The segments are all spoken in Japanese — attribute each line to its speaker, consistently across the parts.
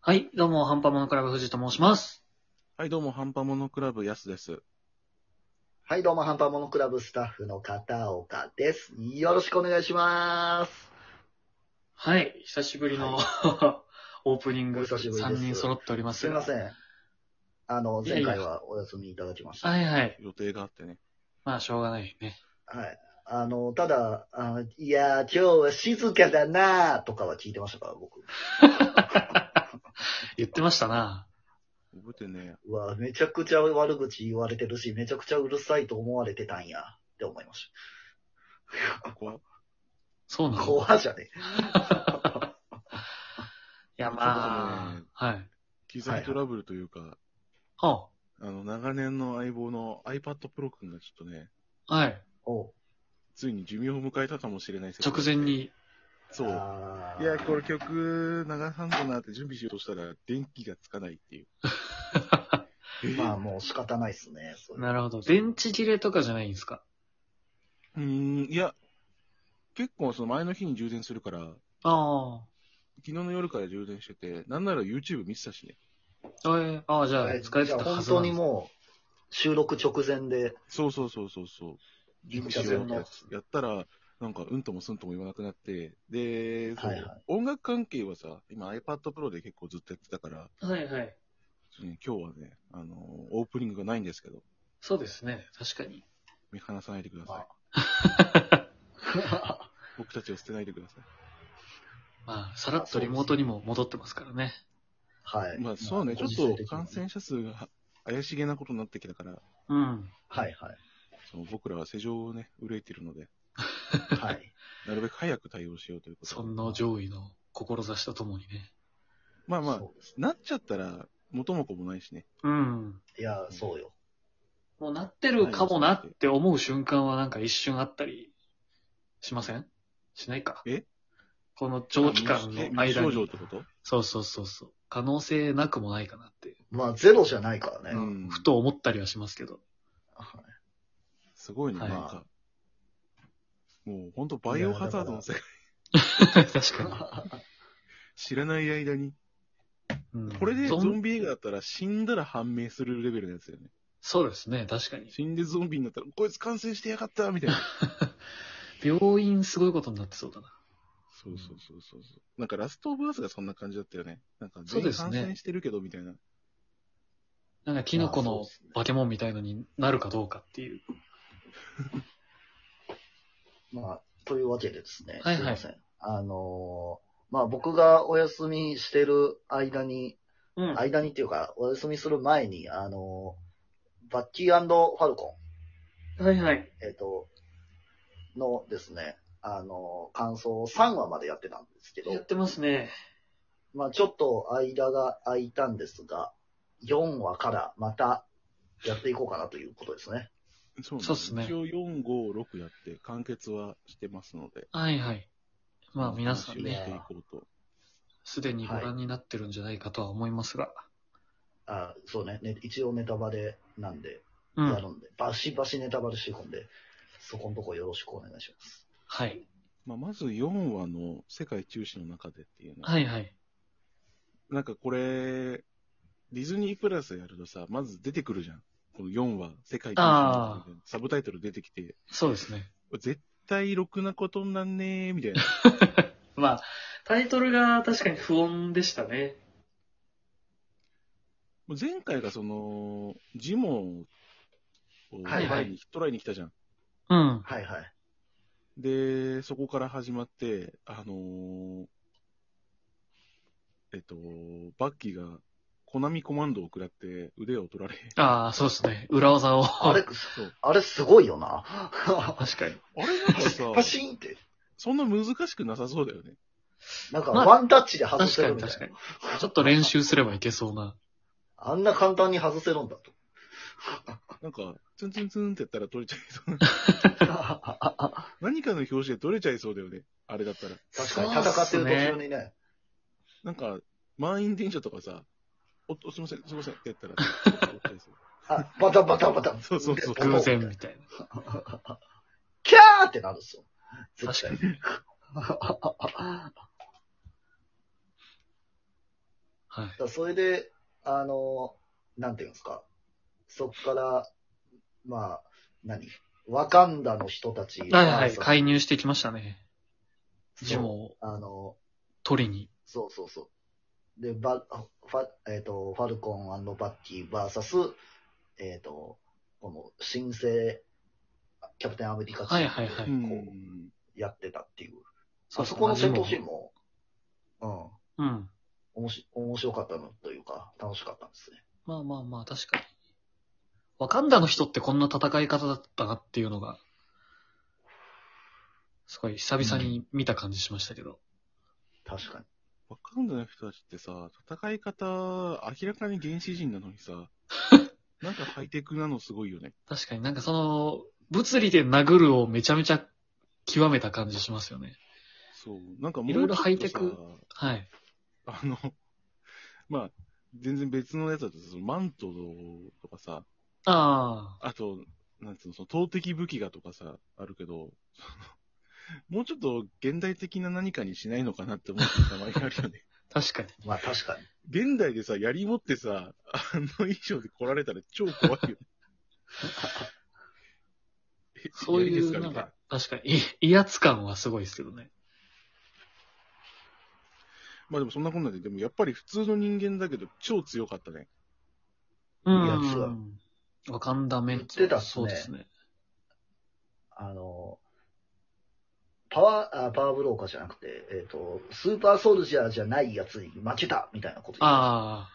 Speaker 1: はい、どうも、ハンパモノクラブ藤と申します。
Speaker 2: はい、どうも、ハンパモノクラブ、ヤスです。
Speaker 3: はい、どうも、ハンパーモノクラブスタッフの片岡です。よろしくお願いします。
Speaker 1: はい、久しぶりの、 オープニング、
Speaker 3: お久しぶりです
Speaker 1: 3人揃っております
Speaker 3: すいませ
Speaker 1: ん。
Speaker 3: ん。あの、
Speaker 1: いやい
Speaker 3: 前
Speaker 1: や
Speaker 3: 回はお休みいただきました。
Speaker 1: はいはい。
Speaker 2: 予定があってね。
Speaker 1: まあ、しょうがないね。
Speaker 3: はい。あの、ただ、あのいやー、今日は静かだなーとかは聞いてましたから、僕。
Speaker 1: 言ってましたな。
Speaker 2: 覚えてね
Speaker 3: うわ、めちゃくちゃ悪口言われてるし、めちゃくちゃうるさいと思われてたんや、って思いまし
Speaker 2: ここは。い
Speaker 1: そうな
Speaker 3: た。
Speaker 1: のい
Speaker 3: 怖じゃね
Speaker 1: や、まあ、はい。
Speaker 2: 機材トラブルというか、
Speaker 1: は
Speaker 2: あの、長年の相棒の iPad Pro 君がちょっとね、
Speaker 1: あ、はい。
Speaker 3: おう
Speaker 2: ついに寿命を迎えたかもしれない世界
Speaker 1: 直前。に、
Speaker 2: そう。
Speaker 3: あー
Speaker 2: いや、これ曲流さんだなって準備しようとしたら、電気がつかないっていう。
Speaker 3: まあ、もう仕方ないっすね。それ
Speaker 1: なるほど。電池切れとかじゃないんですか。
Speaker 2: うーん、いや、結構その前の日に充電するから、
Speaker 1: あ
Speaker 2: 昨日の夜から充電してて、なんなら YouTube 見てたしね。
Speaker 1: あ、えー、ああ、じゃあ、使えて
Speaker 3: じゃ
Speaker 1: た
Speaker 3: あ
Speaker 1: は
Speaker 3: 本
Speaker 1: ずな
Speaker 3: 当
Speaker 1: んで
Speaker 3: に
Speaker 1: す
Speaker 3: もう、収録直前で、
Speaker 2: そうそうそうそうそう。準備しようってやつやったら、なんか、うんともすんとも言わなくなって、で、そう
Speaker 3: はいは
Speaker 2: 音楽関係はさ、今 iPad Pro で結構ずっとやってたから、
Speaker 1: はいはい。
Speaker 2: ちょっとね今日はね、あのーオープニングがないんですけど、
Speaker 1: そうですね。確かに。
Speaker 2: 見放さないでください。僕たちを捨てないでくださ
Speaker 1: まあ、さらっとリモートにも戻ってますからね。
Speaker 3: はい。
Speaker 2: い。まあ、そうね、ち
Speaker 3: ご
Speaker 2: ょ
Speaker 3: 時世
Speaker 2: っと
Speaker 3: 的に
Speaker 2: 感染者数が怪しげなことになってきたから、
Speaker 1: うん。
Speaker 3: はいはい。
Speaker 2: その僕らは世情をね、憂えているので、
Speaker 3: はい。
Speaker 2: なるべく早く対応しようということで
Speaker 1: そんな上位の志とともにね。
Speaker 2: ま あまあ
Speaker 3: そ、うです
Speaker 2: なっちゃったら、元も子もないしね。
Speaker 1: うん。
Speaker 3: いや、そうよ。
Speaker 1: もうなってるかもなって思う瞬間はなんか一瞬あったりしませんしないか。
Speaker 2: え
Speaker 1: この長期間の
Speaker 2: 無
Speaker 1: 間
Speaker 2: 症状っ
Speaker 1: に。
Speaker 2: てこと
Speaker 1: そうそうそうそう。可能性なくもないかなって、
Speaker 3: まあ、ゼロじゃないからね。
Speaker 2: うん
Speaker 1: ふと思ったりはしますけ ど。
Speaker 3: はい
Speaker 2: すごいね、
Speaker 1: はい
Speaker 2: なんか。もう本当バイオハザードの世界、
Speaker 1: 確かに。
Speaker 2: 知らない間に。
Speaker 1: うん
Speaker 2: これでゾ
Speaker 1: ゾン
Speaker 2: ンビ映画だったら死んだら判明するレベルのやつだよね。
Speaker 1: そうですね、確かに。
Speaker 2: 死んでゾンビになったら、こいつ感染してやがったみたいな。
Speaker 1: 病院すごいことになってそうだな。
Speaker 2: そうそうそうそうそう。なんかラストオブアスがそんな感じだったよね。なんか
Speaker 1: そう
Speaker 2: 全
Speaker 1: で
Speaker 2: 員
Speaker 1: すね
Speaker 2: 感染してるけどみたいな。
Speaker 1: なんかキノコ
Speaker 3: まあ
Speaker 1: の
Speaker 3: そうですね
Speaker 1: 化け物みたいのになるかどうかっていう。
Speaker 3: まあ、というわけでですね。
Speaker 1: はいはい
Speaker 3: すいません。あのーまあ僕がお休みしてる間に、
Speaker 1: うん。はい
Speaker 3: 間にっていうか、お休みする前に、あのーバッキーファルコ
Speaker 1: はい。
Speaker 3: ン、えっ、と、のですね、あのー感想を3話までやってたんですけど、
Speaker 1: やってますね。
Speaker 3: まあちょっと間が空いたんですが、4話からまたやっていこうかなということですね。
Speaker 2: そうなんだ
Speaker 1: そうっすね
Speaker 2: 一応4、5、6やって完結はしてますので。
Speaker 1: はいはい。まあ皆さん
Speaker 2: 話をし
Speaker 1: ね、
Speaker 2: ていこうと。
Speaker 1: すでにご覧になってるんじゃないかとは思いますが。
Speaker 3: あそうねね、一応ネタバレなんで、
Speaker 1: う
Speaker 3: や
Speaker 1: ん。
Speaker 3: るんで、バシバシネタバレしていくんで、そこのとこよろしくお願いします。
Speaker 1: はい。
Speaker 2: まあ、まず4話の世界中止の中でっていうのは
Speaker 1: はいはい。
Speaker 2: なんかこれ、ディズニープラスやるとさ、まず出てくるじゃん。この4話、世界一周
Speaker 1: あ
Speaker 2: サブタイトル出てきて、
Speaker 1: そうですね。
Speaker 2: 絶対ろくなことになんねー、みたいな。
Speaker 1: まあ、タイトルが確かに不穏でしたね。
Speaker 2: もう前回がその、ジモを
Speaker 3: は
Speaker 1: は
Speaker 3: い
Speaker 1: い
Speaker 2: 前にトライに来たじゃん。
Speaker 1: うん。
Speaker 3: はいはい。
Speaker 2: で、そこから始まって、あのーえっと、バッキーが、コナミコマンドを食らって腕を取られ、
Speaker 1: ああ、そうですね。裏技を。
Speaker 3: あ れ、
Speaker 2: そう
Speaker 3: あれすごいよな。、
Speaker 1: 確かに。
Speaker 2: あれなんかさ
Speaker 3: パシーンって。
Speaker 2: そんな難しくなさそうだよね。
Speaker 3: なんか
Speaker 1: まあ
Speaker 3: ワンタッチで外
Speaker 1: 確
Speaker 3: せ
Speaker 1: か
Speaker 3: る
Speaker 1: に
Speaker 3: みたい
Speaker 1: 確
Speaker 3: な。
Speaker 1: かに。ちょっと練習すればいけそうな。
Speaker 3: あんな簡単に外せるんだ と。
Speaker 2: なんか、ツンツンツンってやったら取れちゃい そう。何かの表紙で取れちゃいそうだよね。あれだったら。
Speaker 3: 確かに戦ってる途中にね。
Speaker 2: なんか、満員電車とかさ、おっと、すいません、すいませんってやったら、取れちゃいそう
Speaker 3: あ、バタバタバタ。
Speaker 2: そうそうそう
Speaker 3: でボコ
Speaker 1: 偶然みたい
Speaker 3: キャーってなるんですよ。
Speaker 1: な。
Speaker 3: 絶
Speaker 1: 確か
Speaker 3: 対
Speaker 1: に。はい
Speaker 3: だから それで、あの、なんていうんですか。そっから、まあ、何ワカンダの人たち。
Speaker 1: はいはい、
Speaker 3: そう
Speaker 1: 介入してきましたね。
Speaker 3: そう
Speaker 1: ジムを
Speaker 3: あの、
Speaker 1: 取りに。
Speaker 3: そうそうそう。で、バファ、えっ、と、ファルコンバッキー VS、えっ、と、この、新生、キャプテンアメリカチームで
Speaker 1: はいはいはい
Speaker 2: うん
Speaker 3: こう、やってたっていう。
Speaker 1: う
Speaker 3: あそこの戦闘シーン
Speaker 1: ン。
Speaker 3: も、うん、
Speaker 1: うん。
Speaker 3: おもし、面白かったのというか、楽しかったんですね。
Speaker 1: まあまあまあ、確かに。ワカンダの人ってこんな戦い方だったなっていうのが、すごい久々に見た感じしましたけど。
Speaker 3: 確かに。
Speaker 2: わかんない人たちってさ、戦い方、明らかに原始人なの にさ、なんかハイテクなのすごいよね。
Speaker 1: 確かになんかその、物理で殴るをめちゃめちゃ極めた感じしますよね。
Speaker 2: そう。なんかもう
Speaker 1: いろいろ
Speaker 2: ちょっとさ
Speaker 1: ハイテクはい。
Speaker 2: あの、まあ、全然別のやつだと、そのマントとかさ、
Speaker 1: あ
Speaker 2: あと、なんつうの、その投擲武器がとかさ、あるけど、 そのもうちょっと現代的な何かにしないのかなって思ってる名前がある よね。
Speaker 1: あ、確かに。
Speaker 3: まあ確かに。
Speaker 2: 現代でさ、槍持ってさ、あの衣装で来られたら超怖 いよね。え
Speaker 1: そう
Speaker 2: 槍
Speaker 1: い
Speaker 2: です
Speaker 1: う、
Speaker 2: か
Speaker 1: なん
Speaker 2: みたいな
Speaker 1: か、確かに、い威圧感はすごいですけどね。
Speaker 2: まあでもそんなこんなで、でもやっぱり普通の人間だけど超強かったね。
Speaker 1: う
Speaker 3: 威圧
Speaker 1: ん。ワカンダメンツ。
Speaker 3: 言ってたっすね
Speaker 1: そうですね。
Speaker 3: あの、パワー、あパワーブローカーじゃなくて、えっ、と、スーパーソルジャーじゃないやつに負けたみたいなこと言って
Speaker 1: あ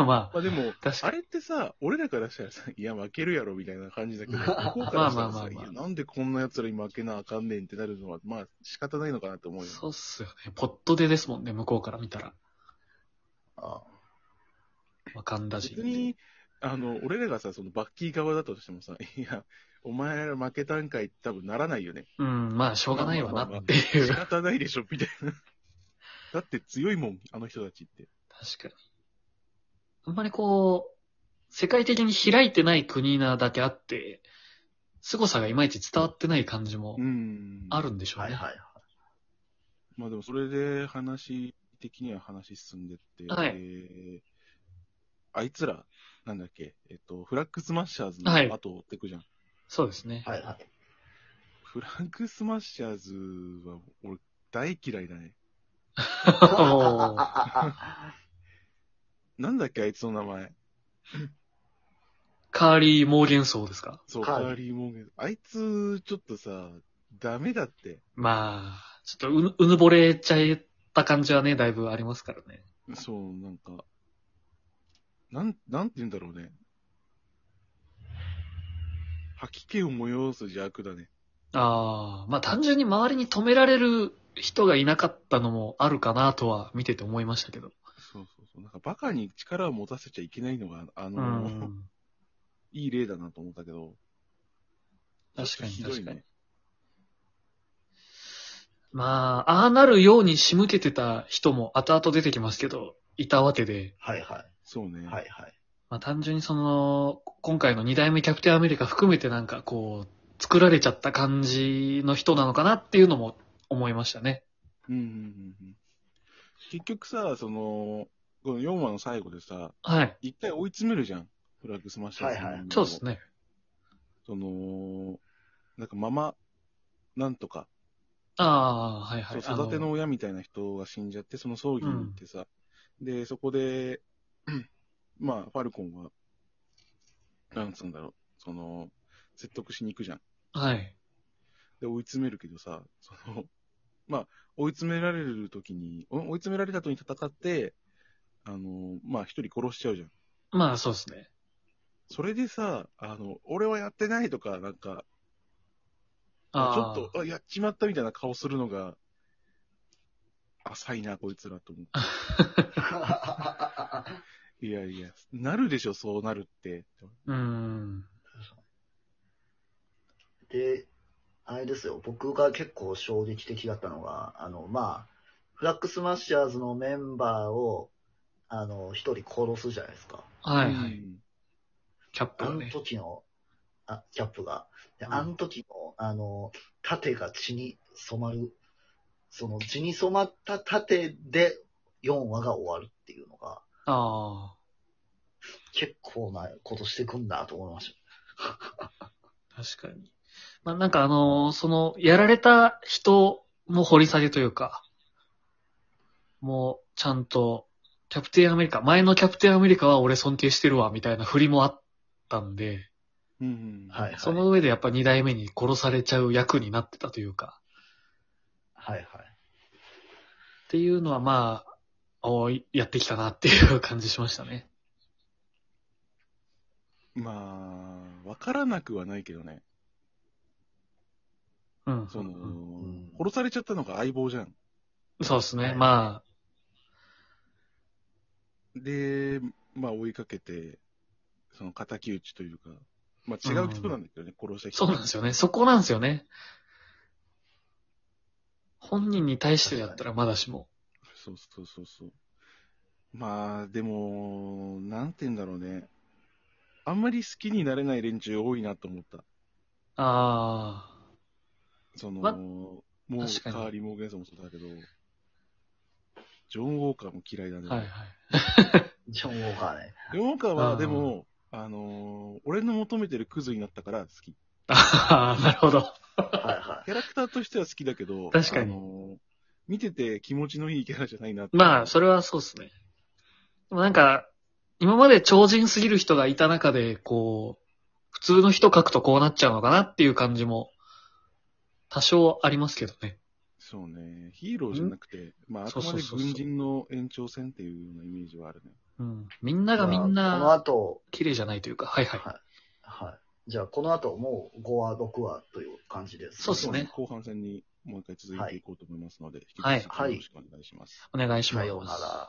Speaker 1: あ、 まあ、
Speaker 2: まあでも、
Speaker 1: 確
Speaker 2: あ
Speaker 1: かに。
Speaker 2: れってさ、俺らからしたらさ、いや、負けるやろみたいな感じだけど、向こうからしたら
Speaker 1: まあまあまあ
Speaker 2: さ、い
Speaker 1: まあ
Speaker 2: や、なんでこんな奴らに負けなあかんねんってなるのは、まあ、仕方ないのかなって思うよね。
Speaker 1: そうっすよね。ポットでですもんね、向こうから見たら。
Speaker 3: あ
Speaker 1: ワカンダ人
Speaker 2: 別。に、あの、俺らがさ、そのバッキー側だとしてもさ、いや、お前ら負けたんかいって多分ならないよね。
Speaker 1: うん、まあ、しょうがないわなってい
Speaker 2: 仕
Speaker 1: う。確
Speaker 2: 方ないでしょ、みたいな。だって強いもん、あの人たちって。
Speaker 1: かに。あんまりこう、世界的に開いてない国なだけあって、凄さがいまいち伝わってない感じも
Speaker 2: うん。
Speaker 1: あるんでしょうね。
Speaker 3: はいはい。
Speaker 2: まあでもそれで話的には話進んでって、
Speaker 1: はい
Speaker 2: であいつら、なんだっけ、えっと、フラッグスマッシャーズ
Speaker 1: はい
Speaker 2: の後を追ってくじゃん。
Speaker 1: そうですね。
Speaker 3: はいはい。
Speaker 2: フラッグスマッシャーズは俺大嫌いだね。
Speaker 1: もう
Speaker 2: なんだっけ、あいつの名前。
Speaker 1: カーリー・モーゲンソーですか
Speaker 2: そう、カ
Speaker 3: カーリー
Speaker 2: ーリー・モーゲン。あいつ、ちょっとさ、ダメだって。
Speaker 1: まあ、ちょっとうぬ、うぬぼれちゃった感じはね、だいぶありますからね。
Speaker 2: そう、なんか、なん、なんて言うんだろうね。吐き気を催す邪悪だね。
Speaker 1: ああ、まあ単純に周りに止められる人がいなかったのもあるかなとは見てて思いましたけど。
Speaker 2: そうそうそう。なんかバカに力を持たせちゃいけないのが、あ
Speaker 1: う
Speaker 2: の、
Speaker 1: ん。
Speaker 2: いい例だなと思ったけど。
Speaker 1: 確かに
Speaker 2: ちょっ
Speaker 1: 確
Speaker 2: とひど
Speaker 1: か
Speaker 2: い
Speaker 1: に
Speaker 2: ね。。
Speaker 1: まあ、ああなるように仕向けてた人も後々出てきますけど、いたわけで、
Speaker 3: はいは
Speaker 2: そうね。
Speaker 3: い。はい はい。
Speaker 1: まあ単純にその、今回の2代目キャプテンアメリカ含めてなんかこう、作られちゃった感じの人なのかなっていうのも思いましたね。
Speaker 2: うんうんうんうん。結局さ、その、この4話の最後でさ、
Speaker 1: はい。
Speaker 2: 一回追い詰めるじゃん。フラッグスマッシャーズの
Speaker 3: はいはい
Speaker 1: そうですね。
Speaker 2: その、なんかママ、なんとか、
Speaker 1: ああ、はいはい。
Speaker 2: そう育て
Speaker 1: あ
Speaker 2: の親みたいな人が死んじゃって、その葬儀に行ってさ、で、そこで、 まあ、ファルコンは、なんつうんだろう、その、説得しに行くじゃん。
Speaker 1: はい。
Speaker 2: で、追い詰めるけどさ、その、 まあ、追い詰められるときに、お追い詰められた後に戦って、あの、まあ、一人殺しちゃうじゃん。
Speaker 1: まあそうですね。
Speaker 2: それでさ、あの、俺はやってないとか、なんか、
Speaker 1: ああ。
Speaker 2: ちょっと、あやっちまったみたいな顔するのが、浅いな、こいつらと思っ
Speaker 3: 確
Speaker 2: て。いやいや、なるでしょ、そうなるって。
Speaker 1: うーん。
Speaker 3: かにで、あれですよ、僕が結構衝撃的だったのが、あの、まあ、フラッグスマッシャーズのメンバーを、あの、一人殺すじゃないですか。
Speaker 1: はいはい。
Speaker 2: うん
Speaker 1: キャップ
Speaker 3: あ
Speaker 1: は
Speaker 3: の
Speaker 1: ね。
Speaker 3: 時の、あ、キャップが。で、
Speaker 1: うん
Speaker 3: あの時の、あの、盾が血に染まる、その血に染まった盾で4話が終わるっていうのが、
Speaker 1: あ
Speaker 3: 結構なことしてくんだと思いまし
Speaker 1: あ、確かに。まあなんかあのーその、やられた人の掘り下げというか、もう、ちゃんと、キャプテンアメリカ、前のキャプテンアメリカは俺尊敬してるわ、みたいな振りもあったんで、
Speaker 2: うんうん。
Speaker 3: た。はいはい。
Speaker 1: その上でやっぱ二代目に殺されちゃう役になってたというか、
Speaker 3: はいはい。
Speaker 1: っていうのはまあ、おーやってきたなっていう感じしましたね。
Speaker 2: まあ、わからなくはないけどね。
Speaker 1: うん。
Speaker 2: その、
Speaker 1: うん
Speaker 3: ん
Speaker 2: 殺されちゃったのが相棒じゃん。
Speaker 1: そうです
Speaker 3: は
Speaker 1: ね。
Speaker 3: い
Speaker 1: ま
Speaker 2: で、まあ追いかけて、その敵討ちというか、まあ違う人なんだけどね、殺した
Speaker 1: あ、
Speaker 2: 人。
Speaker 1: そうなんですよね。そこなんですよね。本人に対してだったらまだしも。
Speaker 2: そうそうそうそう。まあ、でも、なんて言うんだろうね。あんまり好きになれない連中多いなと思った。
Speaker 1: あ
Speaker 2: その、
Speaker 1: ま
Speaker 2: もう、
Speaker 1: 確か
Speaker 2: カ
Speaker 1: に
Speaker 2: ーリー・モーゲンソンもそうだけど、ジョン・ウォーカーも嫌いだね。
Speaker 1: あ、はいはい。
Speaker 3: ジョン・ウォーカーね。
Speaker 2: ジョン・ウォーカー
Speaker 1: あ
Speaker 2: は、
Speaker 1: ー
Speaker 2: でも、あのー俺の求めてるクズになったから好き。
Speaker 1: ああ、なるほど。
Speaker 3: はいはい。
Speaker 2: キャラクターとしては好きだけど、
Speaker 1: 確かに
Speaker 2: あのー見てて気持ちのいいキャラじゃないなって
Speaker 1: まあ、それはそうですね。でもなんか、今まで超人すぎる人がいた中で、こう、普通の人書くとこうなっちゃうのかなっていう感じも、多少ありますけどね。
Speaker 2: そうね。ヒーローじゃなくて、まあ、あくま
Speaker 1: そう
Speaker 2: で
Speaker 1: そうそうそう
Speaker 2: 軍人の延長線っていうようなイメージはあるね。
Speaker 1: うん。みんな
Speaker 3: じ
Speaker 1: が
Speaker 3: ゃあ
Speaker 1: みん
Speaker 3: この
Speaker 1: な、
Speaker 3: 後、
Speaker 1: 綺麗じゃないというか、はいはい。
Speaker 3: はい。じゃあ、この後、もう5話、6話という感じです。
Speaker 1: そうっすね
Speaker 2: 後半戦にもう一回続いていこうと思いますので、
Speaker 1: はい
Speaker 2: 引き続きよろしくお願いします。
Speaker 1: お願いし
Speaker 3: さ
Speaker 1: ます。
Speaker 3: ようなら。